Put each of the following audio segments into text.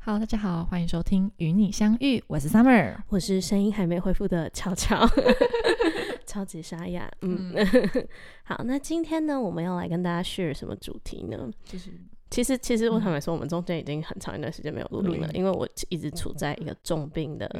Hello，大家好，欢迎收听《与你相遇》，我是 Summer。我是声音还没恢复的乔 乔，超级沙哑。嗯， 好，那今天呢，我们要来跟大家 share 什么主题呢？就是其实，其实我嗯坦白说，我们中间已经很长一段时间没有录音了录，音因为我一直处在一个重病的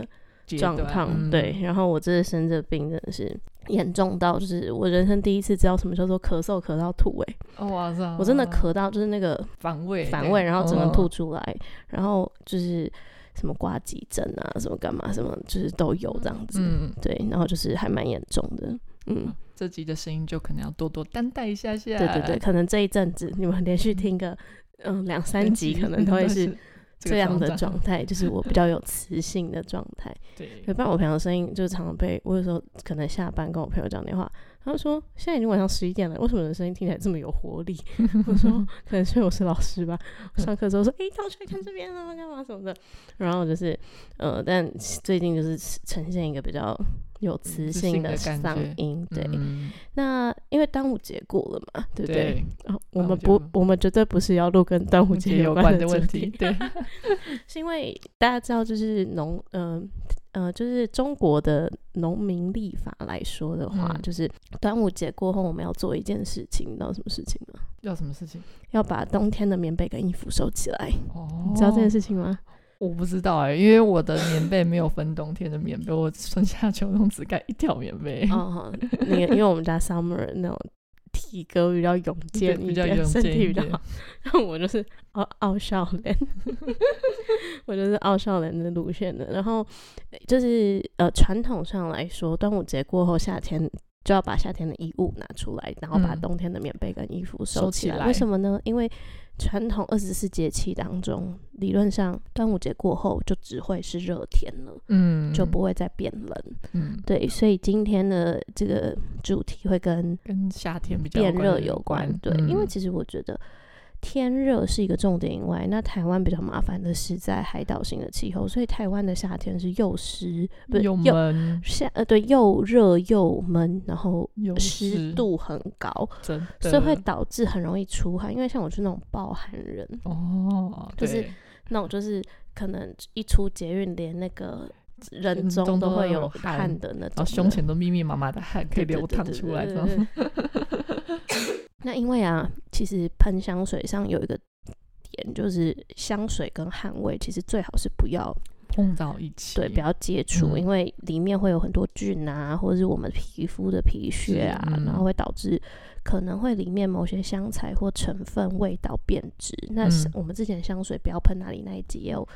状况。嗯对，，然后我这次生这病真的是严重到，就是我人生第一次知道什么叫做咳嗽咳到吐、欸。哦，嗯哇塞，我真的咳到就是那个反胃，哦反胃，然后只能吐出来，然后就是什么挂急诊啊，什么干嘛，什么就是都有这样子。嗯，对，然后就是还蛮严重的。嗯，这集的声音就可能要多多担待一下下。对对对，，可能这一阵子你们连续听个嗯两三集，可能都 会是这这个样的状状态，就是我比较有磁性的状态。对对，不然我平常声音就常常被我有时候可能下班跟我朋友讲电话，他就说现在已经晚上十一点了，为什么你的声音听起来这么有活力？ 我说可能是因为我是老师吧，我上课的时候说诶，到去看这边啊，干嘛什么的。然后就是呃，但最近就是呈现一个比较有嗯磁磁性性的的感嗓觉音，对。嗯那因为端午节过了嘛，对不对？对，啊我端午们节不过，我们绝对不是要录跟端午目节前有关关的主问题，对， 是因为大家知道，就是农，呃，呃，就是中国的农民立法来说的话，嗯就是端午节过后，我们要做一件事情，你知道什么事情吗？要什么事情？要把冬天的棉被跟衣服收起来，哦你知道这件事情 吗？我不知道哎、因为我的棉被没有分冬天的棉被，我春夏秋冬只盖一条棉被。哦，那个，因为我们家 Summer 那种体格比较勇 对健比一较点，勇身健体一比较点好，然后我就是傲傲少人， 我就是傲少人的路线的。然后就是呃，传统上来说，端午节过后，夏天就要把夏天的衣物拿出来，然后把嗯冬天的棉被跟衣服收收起起来。来为什么呢？因为传统二十四节气当中，理论上端午节过后就只会是热天了，嗯，就不会再变冷。嗯，对，所以今天的这个主题会跟跟夏天比较变热的有关。对，嗯因为其实我觉得天热是一个重点以外，那台湾比较麻烦的是在海岛型的气候，所以台湾的夏天是又湿不是又闷夏呃对又热又闷，然后又湿湿，度很高，真的所以会导致很容易出汗。因为像我是那种暴汗人，哦，就是对那我就是可能一出捷运连那个人人中中都都会有有汗汗的那种然后人，胸前都密密麻麻的汗可以流淌出来，对这对样对对对 对那因为啊，其实喷香水上有一个点，就是香水跟汗味其实最好是不要碰到一起，对不要接触，嗯因为里面会有很多菌啊，或者是我们皮肤的皮屑啊，是嗯然后会导致可能会里面某些香材或成分味道变质。那嗯是我们之前香水不要喷哪里那哦一集也有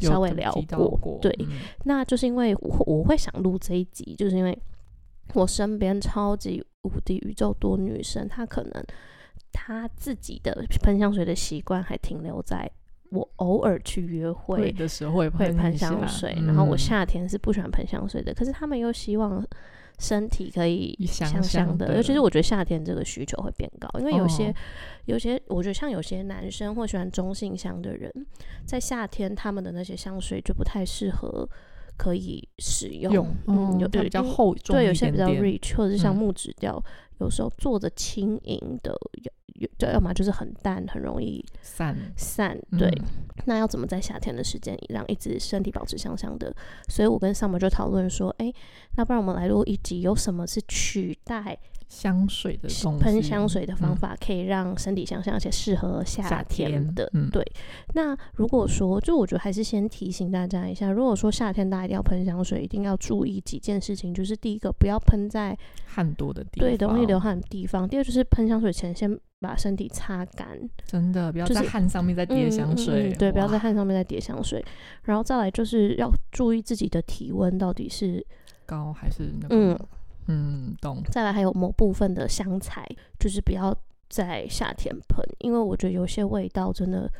有稍微提聊到过，过，对，嗯那就是因为我我会想录这一集，就是因为我身边超级无敌宇宙多女生，她可能她自己的喷香水的习惯还停留在我偶尔去约会会。的时候会会喷喷一香下水，然后我嗯夏天是不喜欢喷香水的，可是她们又希望身体可以一香香香的，的尤其是我觉得夏天这个需求会变高，因为有些、哦有些我觉得像有些男生或喜欢中性香的人，在夏天他们的那些香水就不太适合可以使用，用，嗯哦有它有比较因为厚重一点对，点，有些比较 rich 或者是像嗯木质调，有时候做的轻盈的，有有就要么就是很淡，很容易散，散，嗯对，那要怎么在夏天的时间让一直身体保持香香的？所以我跟 Summer 就讨论说，哎、那不然我们来录一集，有什么是取代香水的东西，喷香水的方嗯法，可以让身体香香，而且适合夏夏天天的？嗯对。那如果说，就我觉得还是先提醒大家一下，如果说夏天大家一定要喷香水，一定要注意几件事情，就是第一个，不要喷在汗多的地方，对容易流汗的地方；第二，就是喷香水前先把身体擦干。真的不要就在是汗上面再嗯叠香水嗯嗯，对，不要哇在汗上面再叠香水，然后再来就是要注意自己的体温到底是，高还是那嗯个，嗯，懂，再来还有某部分的香材，就是不要在夏天喷，因为我觉得有些味道真的，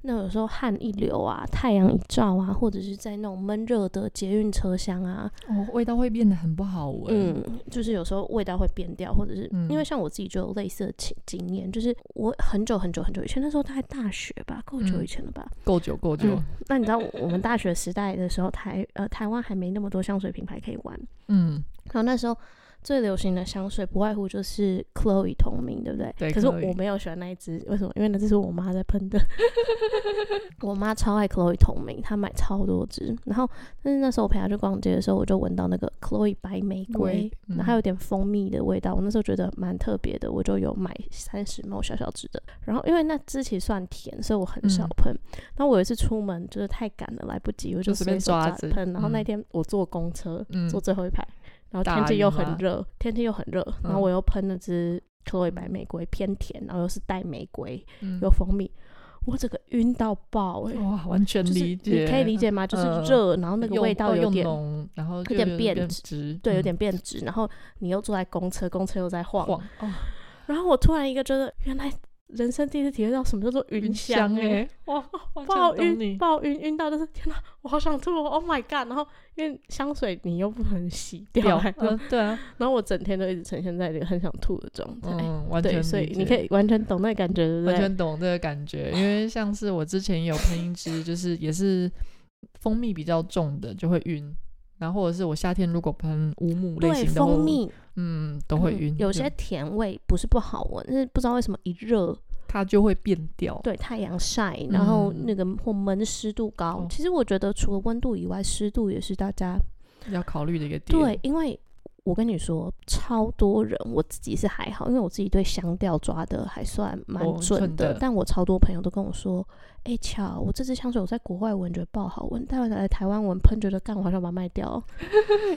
那有时候汗一流啊，太阳一照啊，或者是在那种闷热的捷运车厢啊，哦，味道会变得很不好闻，嗯，就是有时候味道会变掉，或者是、嗯因为像我自己就有类似的经经验，就是我很久很久很久以前，那时候大概大学吧，够久以嗯前了吧，够久够久，那你知道我我们大学时代的时候，台呃台湾还没那么多香水品牌可以玩，嗯，然后那时候最流行的香水不外乎就是 Chloe 同名，对不对？对可是 Chloe 我没有喜欢那一支，为什么？因为那支是我妈在喷的。 我妈超爱 Chloe 同名，她买超多支。然后，但是那时候我陪她去逛街的时候，我就闻到那个 Chloe 白玫瑰味，嗯然后还有点蜂蜜的味道。我那时候觉得蛮特别的，我就有买三十毛小小支的。然后因为那支其实算甜，所以我很少嗯喷。然后我有一次出门就是太赶了，来不及，我就随便随手抓抓着喷。然后那嗯天我坐公车，嗯坐最后一排，然后大天气雨又吗很热，天气又很热，然后嗯我又喷了支克洛伊白玫瑰，偏甜，然后又是带玫瑰，嗯有蜂蜜，我整个晕到爆哎、欸！哇，完全就是理解，你可以理解吗？就是嗯热，然后那个又哦味道又有又点。浓，然后就点变质直，对，有嗯点变质，然后你又坐在公车，公车又在晃，晃哦，然后我突然一个觉得，原来人生第一次体会到什么叫做云香香哎、哎，哇，完全爆懂晕你爆晕晕到就是天哪，我好想吐哦，Oh my god！然后因为香水你又不能洗掉，掉还嗯，对啊，然后我整天都一直呈现在一个很想吐的状态。嗯，完全 对，所以理解你可以完全懂那个感觉，对不完对？全懂这个感觉，因为像是我之前有喷一支，就是也是蜂蜜比较重的就会晕，然后或者是我夏天如果喷乌木类对，型的我蜂，蜜嗯，都会嗯晕，有就些甜味不是不好闻，但是不知道为什么一热，它就会变掉，对太阳晒，然后嗯那个或闷湿度高。哦其实我觉得除了温度以外，湿度也是大家要考虑的一个点，对，，因为我跟你说，超多人，我自己是还好，因为我自己对香调抓的还算蛮哦准的。准的但我超多朋友都跟我说：“哎、巧，我这支香水我在国外闻觉得爆好闻，但我来台湾闻喷觉得干，我好想把它卖掉。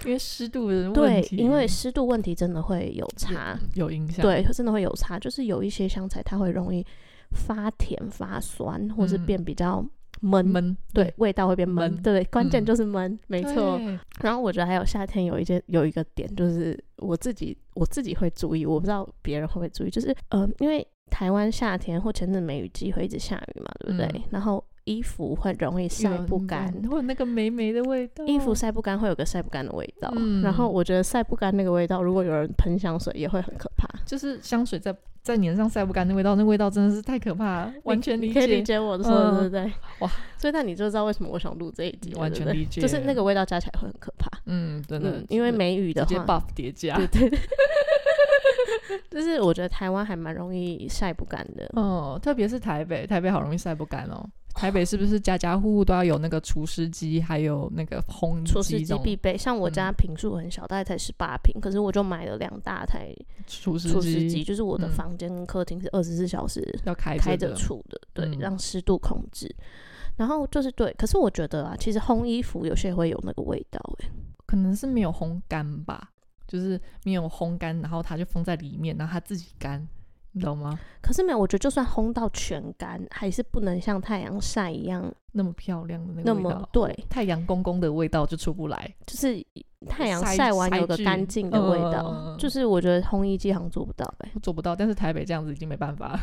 因为湿度的”问对，题，因为湿度问题真的会有差，有影响，对，真的会有差。就是有一些香材它会容易发甜、发酸，或是嗯变比较闷。闷，对，味道会变闷，闷对，关键嗯就是闷，没错。对，然后我觉得还有夏天有一件有一个点，就是我自己我自己会注意，我不知道别人会不会注意，就是呃，因为台湾夏天或前阵梅雨季会一直下雨嘛，对不对？嗯然后衣服会容易晒有不嗯干，会有那个霉霉的味道，衣服晒不干会有个晒不干的味道。嗯然后我觉得晒不干那个味道，如果有人喷香水也会很可怕。就是香水在在脸上晒不干的味道，那味道真的是太可怕了， 完全你理可以理解，解我的说的，嗯对不对？哇！所以那你就知道为什么我想录这一集了，完对全不对理解就是那个味道加起来会很可怕。嗯，真的嗯，，因为真的梅雨的直接话， buff 叠加，对 对对，就是我觉得台湾还蛮容易晒不干的。哦，特别是台北，台北好容易晒不干哦。台北是 不是家家户户都要有那个除湿机，还有那个烘衣除湿这机嗯种嗯必备，像我家平数很小，大概才十八平，可是我就买了两大台除湿除湿机，机就是我的嗯房间跟客厅是二十四小时要开开着着的？除的，对，嗯让湿度控制。然后就是对，可是我觉得啊，其实烘衣服有些也会有那个味道、欸，可能是没有烘干吧，就是没有烘干，然后它就封在里面，然后它自己干，你懂吗？可是没有，我觉得就算烘到全干，还是不能像太阳晒一样那么漂亮的那那个味道，么对，太阳公公的味道就出不来。就是太阳晒晒完晒有个剧干净的味道，嗯嗯嗯嗯就是我觉得烘衣机好像做不到哎、我做不到，但是台北这样子已经没办法了。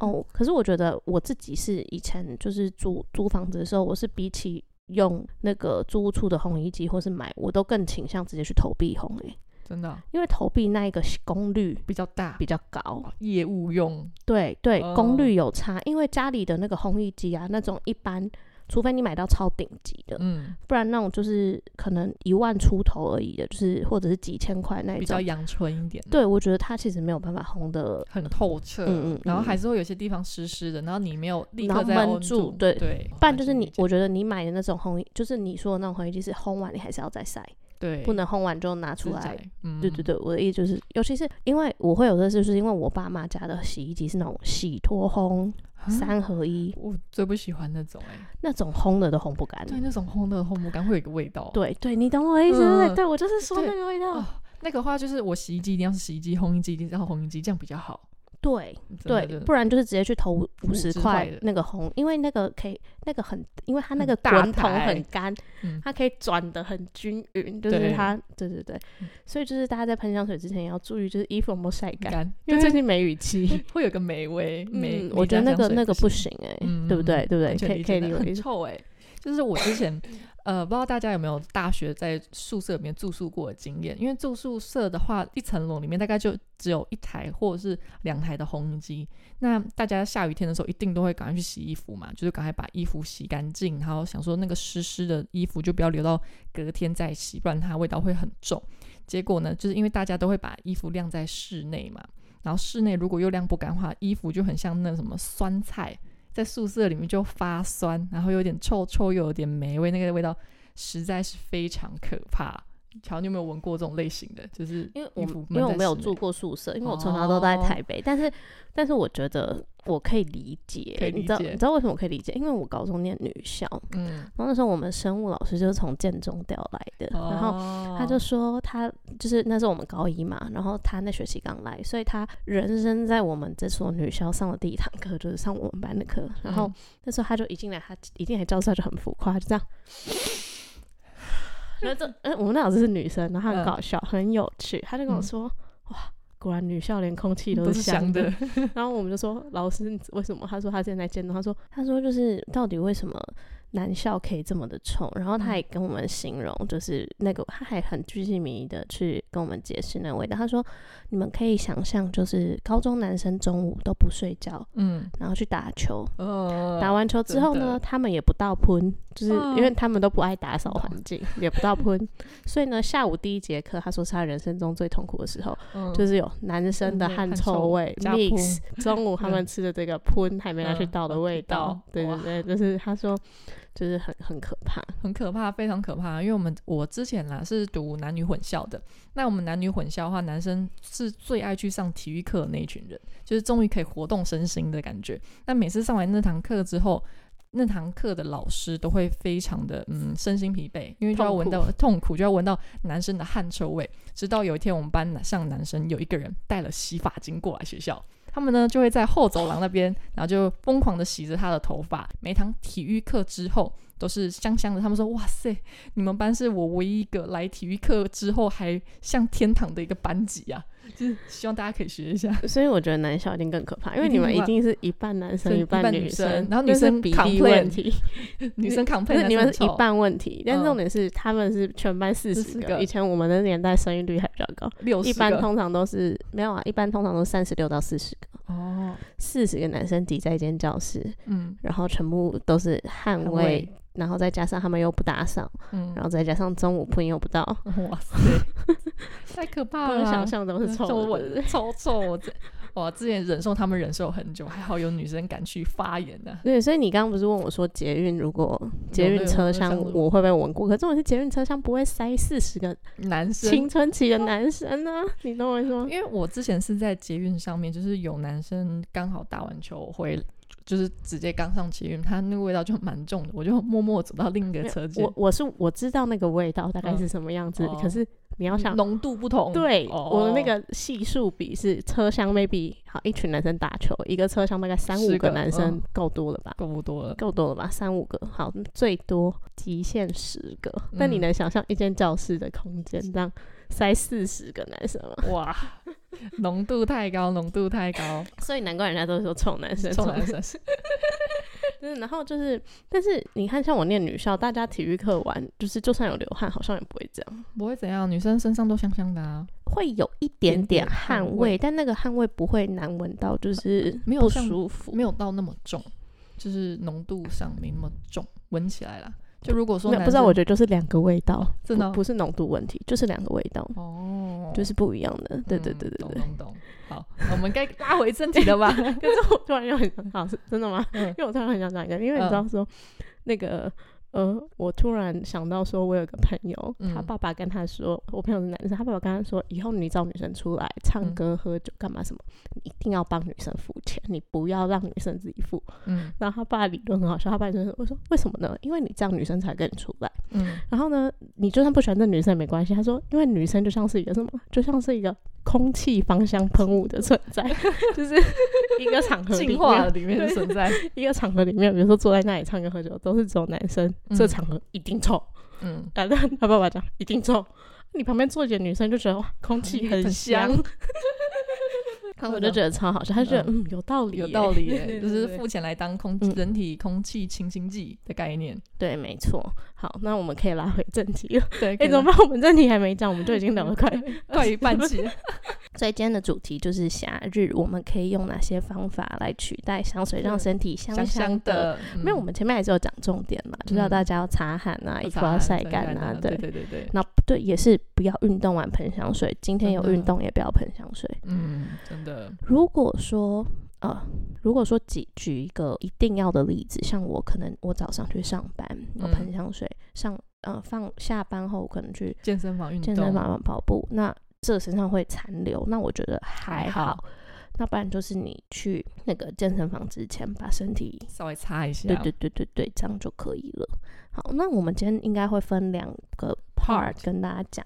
哦，可是我觉得我自己是以前就是租租房子的时候，我是比起用那个租屋处的烘衣机或是买，我都更倾向直接去投币烘哎、真的啊、因为投币那一个功率比较大，比较高。业务用，对对，功哦率有差，因为家里的那个烘衣机啊，那种一般。除非你买到超顶级的，嗯，不然那种就是可能一万出头而已的，就是或者是几千块那一比种较，阳春一点，对，我觉得它其实没有办法烘的，很透彻，嗯嗯呃然后嗯还是会有些地方湿湿的，然后你没有立然刻后再闷温住住，对对，不然就是你，我我觉得你买的那种烘衣，就是你说的那种烘衣机是烘完你还是要再晒，对不能烘完就拿出自来。在，嗯，对对对，我的意思就是，尤其是因为我会有的就是因为我爸妈家的洗衣机是那种洗脱烘啊，三合一，我最不喜欢那种哎、那种烘的都烘不干。对，那种烘的烘不干会有一个味道，嗯对对，你懂我的意思对不对？嗯对我就是说对那个味道哦。那个话就是我洗衣机一定要是洗衣机，烘衣机一定要烘衣机，这样比较好，对真的对，不然就是直接去投五五十十块块的那个烘，因为那个可以，那个很，因为它那很个大滚筒台很干，嗯它可以转的很均匀，就是对它，对对对嗯，所以就是大家在喷香水之前也要注意，就是衣服有没有晒干，干，因为最近梅雨期， 会有个霉味，霉嗯，，我觉得那个那个不不行哎，嗯对不对？对不完对？全可以可以解理的很解，臭哎、就是我之 前呃，不知道大家有没有大学在宿舍里面住宿过的经验？因为住宿舍的话，一层楼里面大概就只有一台或者是两台的烘衣机。那大家下雨天的时候，一定都会赶快去洗衣服嘛，就是赶快把衣服洗干净，然后想说那个湿湿的衣服就不要留到隔天再洗，不然它味道会很重。结果呢，就是因为大家都会把衣服晾在室内嘛，然后室内如果又晾不干的话，衣服就很像那什么酸菜，在宿舍里面就发酸，然后有点臭臭，又有点霉味，那个味道实在是非常可怕。乔，你有没有闻过这种类型的？就是因为我衣服因为我没有住过，过宿舍，因为我从小都待哦在台北，但是但是我觉得我可以理解，可以理你知道解你知道为什么我可以理解？因为我高中念女校，嗯，然后那时候我们生物老师就是从建中调来的，哦然后后他就说他就是那时候我们高一嘛，然后他那学期刚来，所以他人生在我们这所女校上的第一堂课就是上我们班的课，然后嗯那时候他就一进来，他一进来教室他就很浮夸，就这样。然后这，嗯，我们那老师是女生，然后她嗯很搞笑，很有趣，他就跟我嗯说，哇，果然女校连空气都是是香的的。，然后我们就说老师你为什么？他说他现在监督，他说他说就是到底为什么男校可以这么的臭？然后他也跟我们形容，就是那个他还很具细迷的去跟我们解释那个味道。他说你们可以想象，就是高中男生中午都不睡觉，嗯，然后去打球。呃，打完球之真后的呢，他们也不倒喷，就是因为嗯他们都不爱打扫哦环境，也不倒喷，所以呢，下午第一节课，他说是他人生中最痛苦的时候，嗯就是有男生的嗯对汗汗臭臭味加 mix，中 午他们嗯吃的这个喷还没拿去嗯倒的我味知道道，对哇对对，就是他说就是很很可怕，很可怕，非常可怕。因为我们我之前啦是读男女混校的，那我们男女混校的话，男生是最爱去上体育课的那一群人，就是终于可以活动身心的感觉。那每次上完那堂课之后，那堂课的老师都会非常的嗯身心疲惫，因为就要闻到痛苦，就要闻到男生的汗臭味。直到有一天，我们班上男生有一个人带了洗发精过来学校，他们呢就会在后走廊那边，然后就疯狂的洗着他的头发。每堂体育课之后都是香香的，他们说：“哇塞，你们班是我唯一一个来体育课之后还像天堂的一个班级啊！”就是希望大家可以学一下， 所以我觉得男校一定更可怕，因为一你定们一吧定是一半男生对一半半女女生生，然后就女是生比例 complain 问 题，女生 c 不 o 是 m 你们是一半问题，但嗯是重点是他们是全班四十40个，哦个以前我们的年代生育率还比较高，六一十般个通常都是没有啊，一般通常都三十六到四十个，哦，四十个男生挤在一间教室，嗯然后全部都是汗汗味味，然后再加上他们又不打扫，嗯然，后再加上中午朋友不到，哇 塞，太可怕光了！想象都是臭臭的对不对味，臭臭！我这哇，之前忍受他们忍受很久，还好有女生敢去发言啊呢、对，所以你刚刚不是问我说捷运如果捷有运那个车有厢像我会不会闻过？可这种是捷运车厢不会塞四十个男生青春期的男生呢、你懂我意思吗？因为我之前是在捷运上面，就是有男生刚好打完球回，就是直接刚上捷运，他那个味道就蛮重的，我就默默走到另一个车间我，我是我知道那个味道大概是什么样子，哦可是你要想。浓度不同。对，哦我的那个系数比是车厢，maybe 好一群男生打球，一个车厢大概三五10个个男生嗯够多了吧？够不多了，够多了吧？三五个，好，最多极限十个。但你嗯能想象一间教室的空间这样塞四十个男生吗？哇， 浓度太高，浓度太 高，所以难怪人家都说臭男生，臭男男生。生就是，然后就是，但是你看，像我念女校，大家体育课玩，就是就算有流汗，好像也不会这样，不会怎样，女生身上都香香的啊，会有一点点点汗汗味，味但那个汗味不会难闻到，就是没有不像舒服。没有到那么重，就是浓度上没那么重，闻起来啦。就如果说没有，男不知道，生我觉得就是两个味道，真的不哦不是浓度问题，就是两个味道，哦，就是不一样的。对对嗯对对懂对。懂懂。好，我们该拉回正题了 吧？可是我突然又很想，好，是真的吗？嗯因为我突然很想讲一个，因为你知道说、那个。呃，我突然想到，说我有个朋友，他嗯爸爸跟他说，我朋友是男生，他爸爸跟他说，以后你找女生出来唱嗯歌、喝酒、干嘛什么，你一定要帮女生付钱，你不要让女生自己付。嗯然后他爸理论很好笑，他爸就说，我说为什么呢？因为你这样女生才跟你出来。 嗯，然后呢，你就算不喜欢这女生也没关系。他说，因为女生就像是一个什么，就像是一个空气芳香喷雾的存 在，就是一个场嗯合里进面化了里面的存 在。一个场合里面，比如说坐在那里唱歌喝酒，都是只有男生，嗯这场合一定臭。嗯，啊，但他爸爸讲啊一定臭。你旁边坐一个女生就觉得哇，空气很香香，他我们就就觉觉得超好笑，他就觉得嗯有道理，有道理，理 对对耶，就对是付钱来当空嗯人体空气清新剂的概 念。对，没错。好，那我们可以拉回正题了。对，哎、可以怎么吗办？我们正题还没讲，我们就已经聊了快快一半期 了？所以今天的主题就是夏日，我们可以用哪些方法来取代香水，让对身体香香香的？的，没有，我嗯们前面还是有讲重点嘛，就是要嗯大家要擦汗啊，衣服擦要汗晒晒干啊，啊，对对对对，那不对，也是不要运动完喷香水。今天有真的运动也不要喷香水。嗯，真的，如果说呃，如果说举举一个一定要的例子，像我可能我早上去上班，我嗯喷香水，上呃放下班后我可能去健身房运动，健身房跑步，那这身上会残留，那我觉得还还好。好那不然就是你去那个健身房之前，把身体稍微擦一下，对对对对对，这样就可以了。好，那我们今天应该会分两个 part 跟大家讲，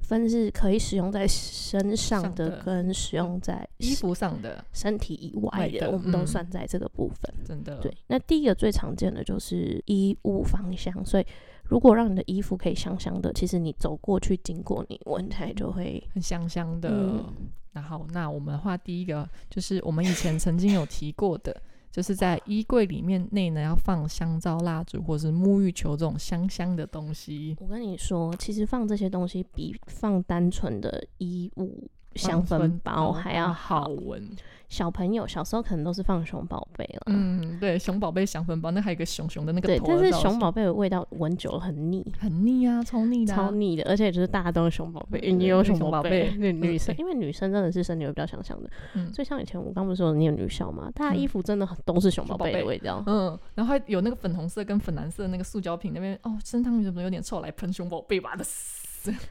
分是可以使用在身上上的，的跟使用在衣服上的，身体以外外的，的我们都嗯算在这个部分。真的，对，那第一个最常见的就是衣物芳香，所以如果让你的衣服可以香香的，其实你走过去经过你闻起来就会很香香的。嗯然后，那我们的话，第一个就是我们以前曾经有提过的， 就是在衣柜里面内呢要放香皂、蜡烛或是沐浴球这种香香的东西，我跟你说，其实放这些东西比放单纯的衣物香氛包还要嗯好好。闻。小朋友小时候可能都是放熊宝贝了，嗯，对，熊宝贝香氛包，那还有一个熊熊的那个对，头但的是造熊型宝贝的味道闻久了很腻，很腻啊，超腻的啊、超腻的，而且就是大家都是熊宝贝，对你有对熊熊宝宝贝，贝对 女嗯生，对因为女生真的是身体会比较香香的，嗯所以像以前我刚不是说念女校嘛，大家衣嗯服真的很都是熊宝熊宝贝的贝味道，嗯，然后还有那个粉红色跟粉蓝色的那个塑胶瓶那边，哦，身上怎么有点臭，来喷熊宝贝吧的，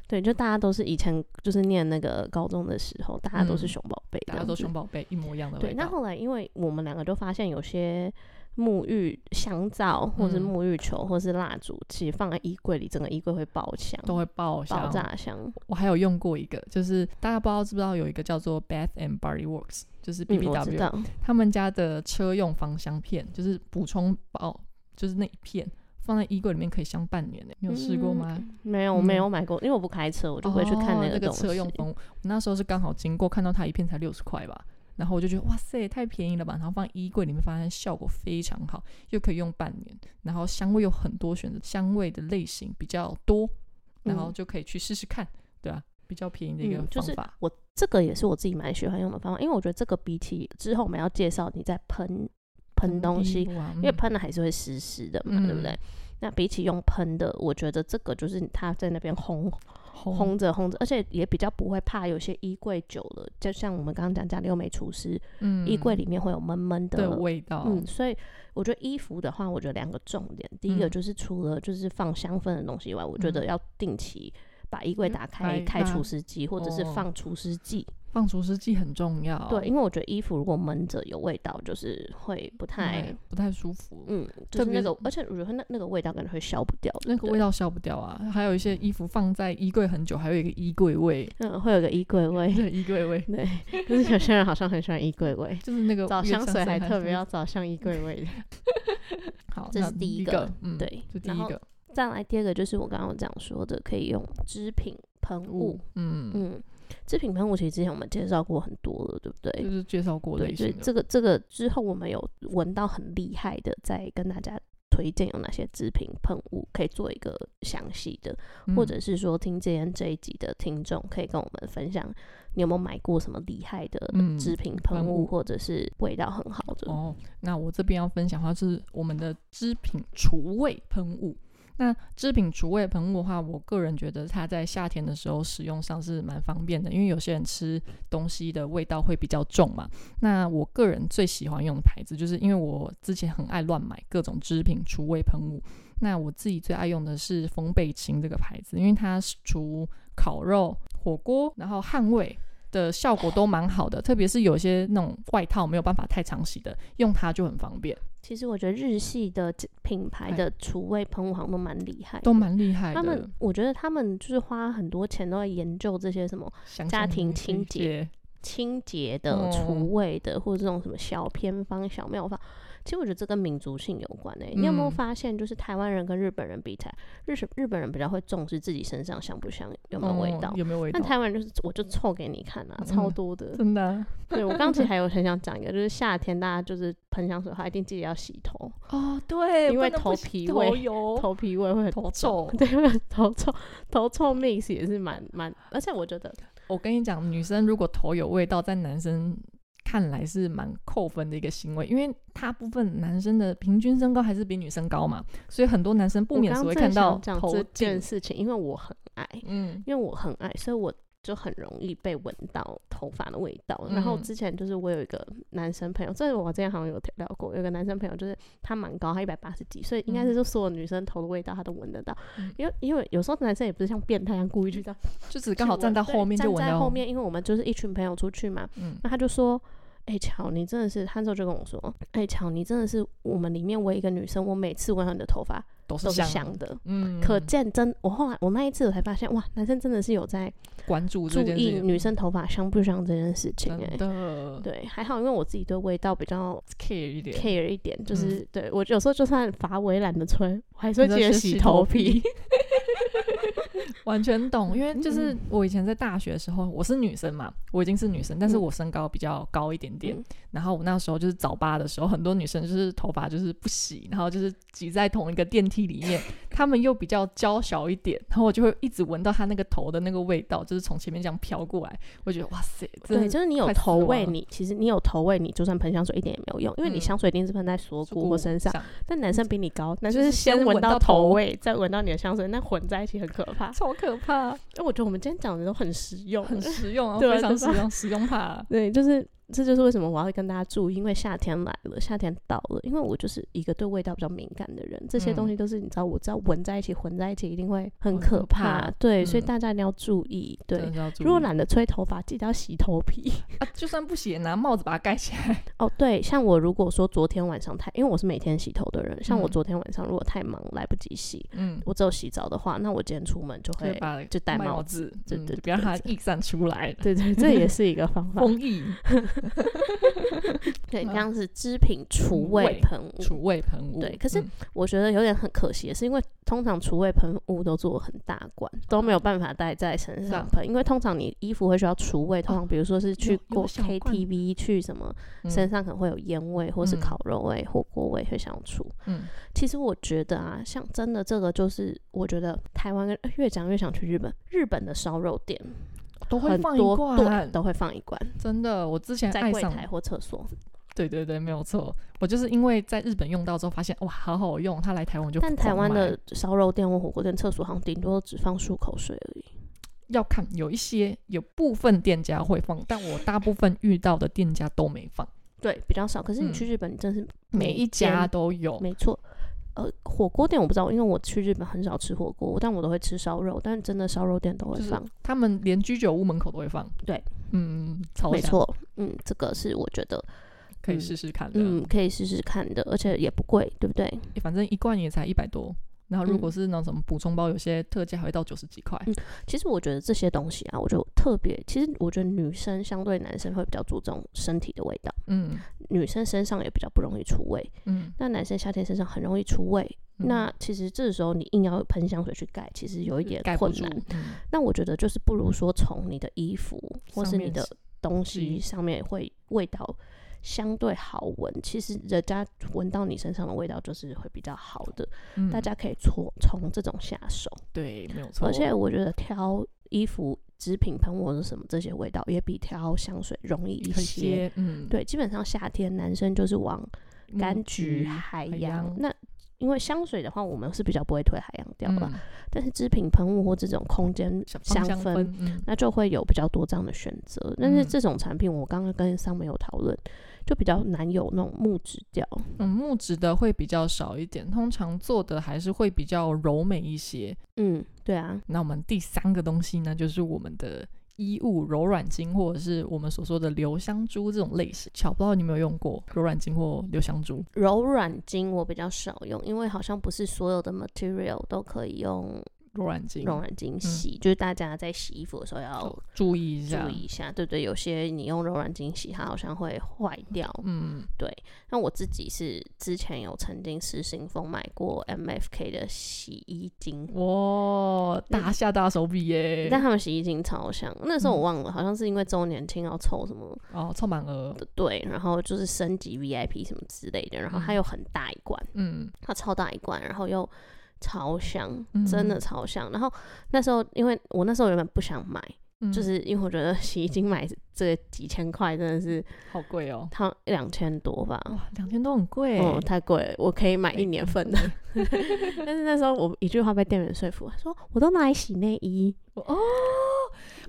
对，就大家都是以前就是念那个高中的时候，大家都是嗯熊宝贝，大家都熊。宝贝一模一样的对，味那道。后来因为我们两个就发现有些沐浴香皂，或是嗯沐浴球，或是蜡烛，其实放在衣柜里，整个衣柜会爆香，都会爆爆香，炸香。嗯我还有用过一个，就是大家不知道知不知道有一个叫做 Bath and Body Works，就是嗯，我知 BBW，、 道。他们家的车用芳香片，就是补充包，就是那一片放在衣柜里面可以香半年的，你有试过吗？嗯？没有，我嗯没有买过，因为我不开车，我就不会去看哦那那东西。车用风，我那时候是刚好经过，看到它一片才六十块吧，然后我就觉得哇塞，太便宜了吧，然后放衣柜里面，发现效果非常好，又可以用半年，然后香味有很多选择，香味的类型比较多，然后嗯就可以去试试看，对啊，比较便宜的一个嗯就方是法，我这个也是我自己蛮喜欢用的方法，因为我觉得这个比起之后我们要介绍你在喷喷东西，很低啊，因为嗯喷的还是会湿湿的嘛，对不嗯对？那比起用喷的，我觉得这个就是它在那边烘烘着烘着，而且也比较不会怕有些衣柜久了，就像我们刚刚讲家里又没除湿，嗯衣柜里面会有闷闷的的味道，嗯，所以我觉得衣服的话，我觉得两个重点，第一个嗯就是除了就是放香氛的东西以外，我觉得嗯要定期把衣柜打开，嗯开开除它湿机或者是哦放除湿剂。放除湿剂很重要，对，因为我觉得衣服如果闷着有味道，就是会不太哎，不太舒服，嗯，就特是别那个是，而且我觉得那那个味道感觉会消不掉，那个味道，道消不掉啊。还有一些衣服放在衣柜很久，还有一个衣柜味， 嗯，会有个衣柜 味。对，衣柜味。，对，但是有些人好像很喜欢衣柜味就是那个找越香水还特香别要找像衣柜味的。 好，这那是第一一个嗯，，对就，第然一后个再来第二个就是我刚刚讲说的，可以用织品喷雾雾，，嗯，嗯，这瓶喷雾其实之前我们介绍过很多了，对不对？就是介绍过对，嗯类所以型的，这个这个之后我们有闻到很厉害的，再跟大家推荐有哪些制品喷雾可以做一个详细的，嗯或者是说听今天这一集的听众可以跟我们分享，你有没有买过什么厉害的嗯制品喷喷雾，雾或者是味道很好的？哦，那我这边要分享的话是我们的织品除味喷雾。那织品除味喷雾的话，我个人觉得它在夏天的时候使用上是蛮方便的，因为有些人吃东西的味道会比较重嘛。那我个人最喜欢用的牌子，就是因为我之前很爱乱买各种织品除味喷雾。那我自己最爱用的是风贝清这个牌子，因为它是除烤肉、火锅，然后汗味的效果都蛮好的，特别是有些那种外套没有办法太常洗的，用它就很方便，其实我觉得日系的品牌哎的除味喷雾好像都蛮厉害的，都蛮厉害的。他们，我觉得他们就是花很多钱都在研究这些什么想家象庭力清洁清洁的、哦除味的，或者这种什么小偏方、小妙方，其实我觉得这跟民族性有关诶、你有没嗯有发现，就是台湾人跟日本人比起来，日日本人比较会重视自己身上香不香，有没有味哦道？有没有味道但？台湾人就是我就臭给你看啊，超嗯多的。 真的啊对我刚刚其实还有很想讲一个，就是夏天大家就是喷香水的话，一定记得要洗头，哦，对，因为不能头不洗皮头味油、头皮味会很头臭。 对，会很头臭，头臭 mix 也是蛮蛮，而且我觉得我跟你讲，女生如果头有味道，在男生看来是蛮扣分的一个行为，因为大部分男生的平均身高还是比女生高嘛，所以很多男生不我免刚是会正看到想讲头这件顶。事情，因为我很爱，嗯因为我很爱，所以我就很容易被闻到头发的味道。然后嗯之前就是我有一个男生朋友，这个我之前好像有聊过，有个男生朋友就是他蛮高，他一百八十几，所以应该是嗯就所有女生头的味道他都闻得到。嗯因为因为有时候男生也不是像变态一样故意去这样，就只刚好站到到后面就闻站在到后。面，因为我们就是一群朋友出去嘛，嗯那他就说。哎、乔，你真的是，他那时候就跟我说，哎、乔，你真的是我们里面唯一一个女生，我每次闻到你的头发都都是是香，香的，嗯，可见真，我后来我那一次我才发现，哇，男生真的是有在关注注这件事意情，女生头发香不香这件事情、真哎，的对，还好，因为我自己对味道比较 care 一点。 care 一点，嗯就是、对我有时候就算发尾懒得吹，我还是会记得洗头你皮。完全懂，因为嗯就是我以前在大学的时候，我是女生嘛，我已经是女生，但是嗯我身高比较高一点点。嗯然后我那时候就是早八的时候，很多女生就是头发就是不洗，然后就是挤在同一个电梯里 面，她们又比较娇小一点，然后我就会一直闻到她那个头的那个味道，就是从前面这样飘过来，我觉得哇塞，对，真的就是你有快死头味，我了你其实你有头味，你就算喷香水一点也没有用，因为你嗯香水一定是喷在锁骨或身上。但男生比你高，男生就是是先闻闻到头头味，再闻到你的香水，那混在一起很可怕。超可怕，哎，我觉得我们今天讲的都很实用，很实用，啊，对啊非常实对吧用，实用怕。对，就是这就是为什么我要跟大家注意，因为夏天来了，夏天到了，因为我就是一个对味道比较敏感的人，这些东嗯西都是你知道，我知道闻在一起混在一起一定会很很可可怕怕，对，所以嗯大家一定要注意，真对的。是要注意如果懒得吹头发，记得要洗头皮。啊，就算不洗，也拿帽子把它盖起来。哦，对，像我如果说昨天晚上太，因为我是每天洗头的人，像我嗯昨天晚上如果太忙来不及洗，嗯，我只有洗澡的话，那我今天出门就就会，把就戴帽帽子子，对嗯对就不要让它对溢散出来，嗯 对对，这也是一个方法。风溢对，这嗯样是织品除除味味喷雾，除味喷雾。对可是嗯我觉得有点很可惜，是因为通常除味喷雾都做很大罐，都没有办法带在身上喷，因为通常你衣服会需要除味，通常比如说是去啊哦有有过小罐 KTV 去什么，嗯身上可能会有烟味或是嗯烤肉味、火锅味会想要除。嗯，其实我觉得啊，像真的这个就是，我觉得台湾跟呃越讲越想去日本，日本的烧肉店都会很放一多对罐，都会放一罐真的，我之前在爱柜上，台或厕所，对对对，没有错，我就是因为在日本用到之后发现哇，好好用，它来台湾我就但台狂湾的买烧肉店或火锅店厕所好像顶多只放漱口水而已。要看有一些有部分店家会放，但我大部分遇到的店家都没放，对，比较少。可是嗯你哦去日本，你真是每一家间都有。没错。呃，火锅店我不知道，因为我去日本很少吃火锅，但我都会吃烧肉，但真的烧肉店都会就是放。他们连居酒屋门口都会放，对，嗯，超没香，错，嗯，这个是我觉得，可以嗯试试看的。嗯，可以试试看的，而且也不贵，对不对？欸反正一罐也才一百多，然后如果嗯是那种什么补充包，有些特价还会到九十几块。嗯其实我觉得这些东西啊，我就特别，其实我觉得女生相对男生会比较注重身体的味道，嗯女生身上也比较不容易出味，嗯，那男生夏天身上很容易出味。嗯那其实这时候你硬要喷香水去盖，其实有一点盖不困住难。。嗯那我觉得就是不如说从你的衣服或上是你面的是东是西上面会味道相对好闻，其实人家闻到你身上的味道就是会比较好的，嗯大家可以从从这种下手，对没有错，而且我觉得挑衣服、纸品、喷雾什么这些味道也比挑香水容易一一些。些嗯对，基本上夏天男生就是往木柑橘、海海洋洋那。因为香水的话，我们是比较不会推海洋调的，嗯但是织品喷雾或这种空间小芳香香氛，氛，嗯那就会有比较多这样的选择。但是嗯这种产品，我刚刚跟上面有讨论，就比较难有那种木质调。嗯，木质的会比较少一点，通常做的还是会比较柔美一些。嗯，对啊，那我们第三个东西呢，就是我们的。衣物柔软巾，或者是我们所说的留香珠这种类型，巧不知道你有没有用过柔软巾或留香珠？柔软巾我比较少用，因为好像不是所有的 material 都可以用柔软巾，嗯哦柔软巾洗，就是大家在洗衣服的时候要注意一下注。意一下，对对，有些你用柔软巾洗，它好像会坏掉。嗯，对，那我自己是之前有曾经实行风买过 MFK 的洗衣精，嗯哇，大下大手笔耶、但他们洗衣精超香。那时候嗯我忘了，好像是因为周年庆要凑什么哦，凑满额，的对，然后就是升级 VIP 什么之类的，然后它又很大一罐，嗯它超大一罐，然后又超香，嗯真的超香。然后那时候因为我那时候原本不想买，嗯，就是因为我觉得洗衣精买这几千块真的是，好贵哦，它两千多吧，哇，两千都很贵、嗯，太贵了，我可以买一年份的。 但是那时候我一句话被店员说服，他说我都拿来洗内衣，哦，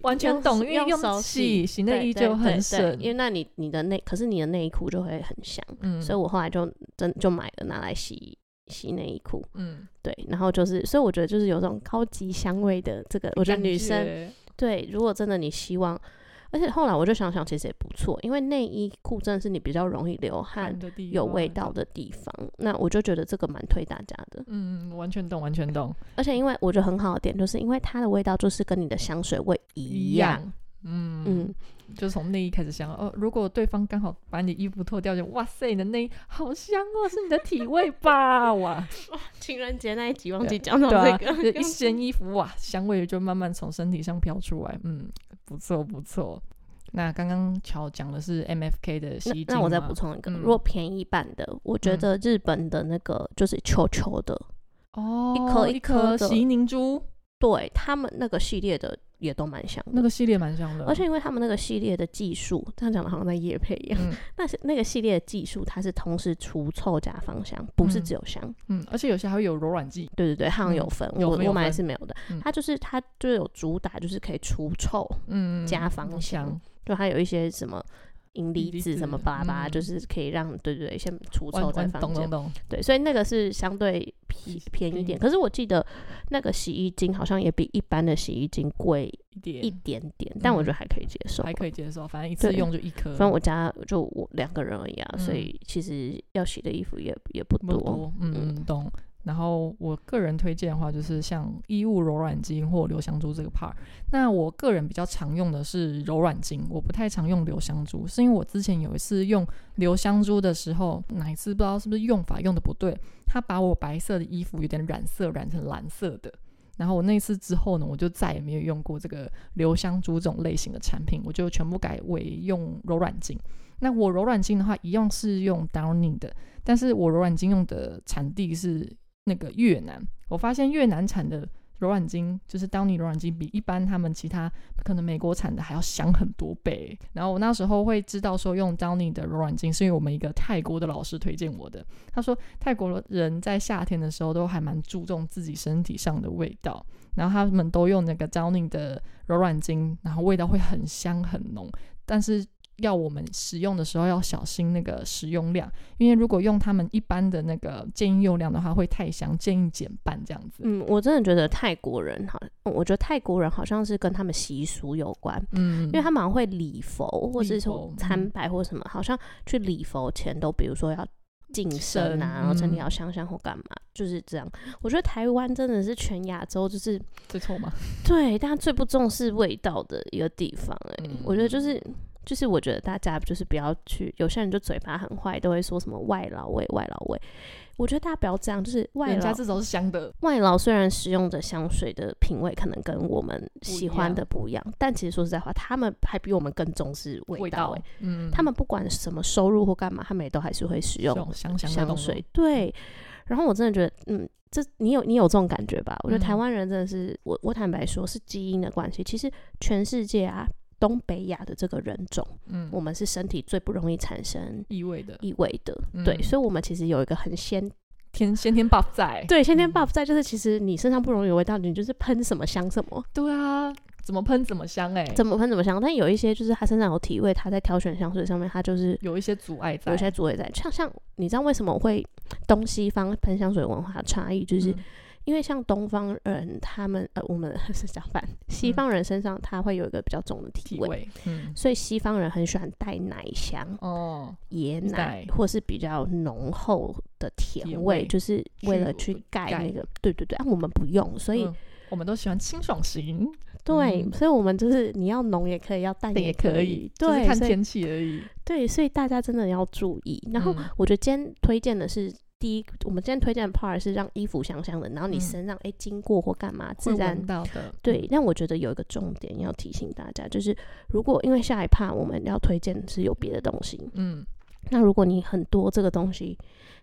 完全懂，因为用手用洗洗内衣对对就很对对省，因为那你你的内，可是你的内衣裤就会很香，嗯，所以我后来就真就买了拿来洗洗内衣裤，嗯，对，然后就是，所以我觉得就是有种高级香味的这个，我觉得感女生对，如果真的你希望。而且后来我就想想，其实也不错，因为内衣裤真的是你比较容易流汗汗、的地有味方道，的地方。那我就觉得这个蛮推大家的。嗯，完全懂，完全懂，而且因为我觉得很好的点，就是因为它的味道就是跟你的香水味一样。，嗯嗯，嗯，就从内衣开始香哦。如果对方刚好把你的衣服脱掉，就哇塞，你的内衣好香哦，是你的体味吧？哇，情人节那一集忘记讲到对啊，这个，就一掀衣服，哇，香味就慢慢从身体上飘出来，嗯，不错不错。那刚刚乔讲的是 M F K 的洗衣精那那我再吗补充一个，嗯嗯如果便宜版的，我觉得日本的那个就是球球的，哦，颗一一颗颗的洗衣凝珠，对他们那个系列的也都蛮香的。那个系列蛮香的，而且因为他们那个系列的技术，这样讲的好像在夜配一样。嗯但是 那个系列的技术，它是同时除臭加芳香，不是嗯只有香。嗯，而且有些还会有柔软剂，对对对，好像有嗯分，有我分我有买的分是没有的。嗯它就是它就有主打，就是可以除臭嗯，加芳嗯香，就它有一些什么银银离离子什么子巴拉巴拉，嗯就是可以让对对对先除完臭再完嗯放懂间懂。懂，对，所以那个是相对便便宜一便点。宜可是我记得那个洗衣精好像也比一般的洗衣精贵一一点点点，但我觉得还可以接受。嗯还可以接受，反正一次对用就一颗，反正我家就我两个人而已啊，所嗯以其实要洗的衣服也也不不多。多，嗯，嗯懂。然后我个人推荐的话，就是像衣物柔软巾或留香珠这个 part。那我个人比较常用的是柔软巾，我不太常用留香珠，是因为我之前有一次用留香珠的时候，哪一次不知道是不是用法用的不对，它把我白色的衣服有点染色，染成蓝色的。然后我那次之后呢，我就再也没有用过这个留香珠这种类型的产品，我就全部改为用柔软巾。那我柔软巾的话，一样是用 Downy 的，但是我柔软巾用的产地是那个越南。我发现越南产的柔软巾，就是当你柔软巾比一般他们其他可能美国产的还要香很多倍。然后我那时候会知道说用 Downy 的柔软巾，是因为我们一个泰国的老师推荐我的。他说泰国人在夏天的时候都还蛮注重自己身体上的味道，然后他们都用那个 Downy 的柔软巾，然后味道会很香很浓，但是要我们使用的时候要小心那个使用量，因为如果用他们一般的那个建议用量的话，会太香，建议减半这样子。嗯，我真的觉得泰国人好，我觉得泰国人好像是跟他们习俗有关。嗯，因为他们好像会礼佛，或者礼是佛参嗯拜或什么，好像去礼佛前都，比如说要净身啊，身然后身体嗯要香香或干嘛，就是这样。我觉得台湾真的是全亚洲就是最臭嘛，对大家最不重视味道的一个地方、欸。哎、我觉得就是。就是我觉得大家就是不要去，有些人就嘴巴很坏，都会说什么外劳味、外劳味。我觉得大家不要这样，就是 外人劳家至少是香的。外劳虽然使用的香水的品味可能跟我们喜欢的不一样，但其实说实在话，他们还比我们更重视味道、欸。嗯，他们不管什么收入或干嘛，他们也都还是会使这用种香香的香东西水。，对，然后我真的觉得，嗯，这你有你有这种感觉吧？我觉得嗯台湾人真的是，我我坦白说是基因的关系。其实全世界啊，东北亚的这个人种，嗯，我们是身体最不容易产生异味的，异味的，嗯对，所以我们其实有一个很先天先天欸 buff 在。对，先天 buff 在就是，其实你身上不容易有味道，你就是喷什么香什么，对啊，怎么喷怎么香哎，怎么喷怎么香。但有一些就是他身上有体味，他在挑选香水上面，他就是有一些阻碍在。有一些主味在。像像你知道为什么会东西方喷香水文化差异，就是嗯因为像东方人他们呃，我们 是相反，嗯西方人身上他会有一个比较重的体体味。味，嗯，所以西方人很喜欢带奶香、哦，椰奶奶，或是比较浓厚的甜甜味，味就是为了去去盖盖那个，对对对。啊，我们不用，所以嗯我们都喜欢清爽型，对，嗯所以我们就是你要浓也可以，要淡但也可可以，就是对，看所以天气而已。对，所以大家真的要注意。然后嗯我觉得今天推荐的是第一，我们今天推荐的 part 是让衣服香香的，然后你嗯身上哎、诶经过或干嘛，会自然闻到的，对，但我觉得有一个重点要提醒大家，就是如果因为下一趴我们要推荐是有别的东西，嗯，那如果你很多这个东西，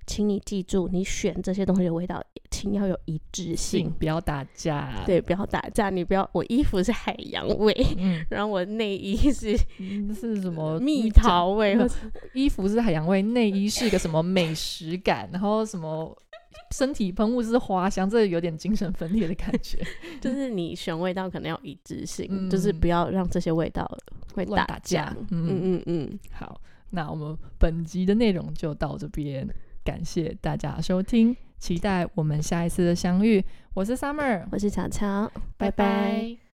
请你记住，你选这些东西的味道，请要有一致请性。不要打架。，对，不要打架，你不要我衣服是海洋味，嗯，然后我内衣是嗯是什么蜜讲桃味，那或是衣服是海洋味，内衣是一个什么美食感，然后什么身体喷雾是花香，这有点精神分裂的感觉，就是你选味道可能要一致性，就是嗯不要让这些味道会乱打打架。嗯，嗯嗯嗯，好，那我们本集的内容就到这边，感谢大家收听，期待我们下一次的相遇。我是 Summer，我是巧巧，拜拜拜拜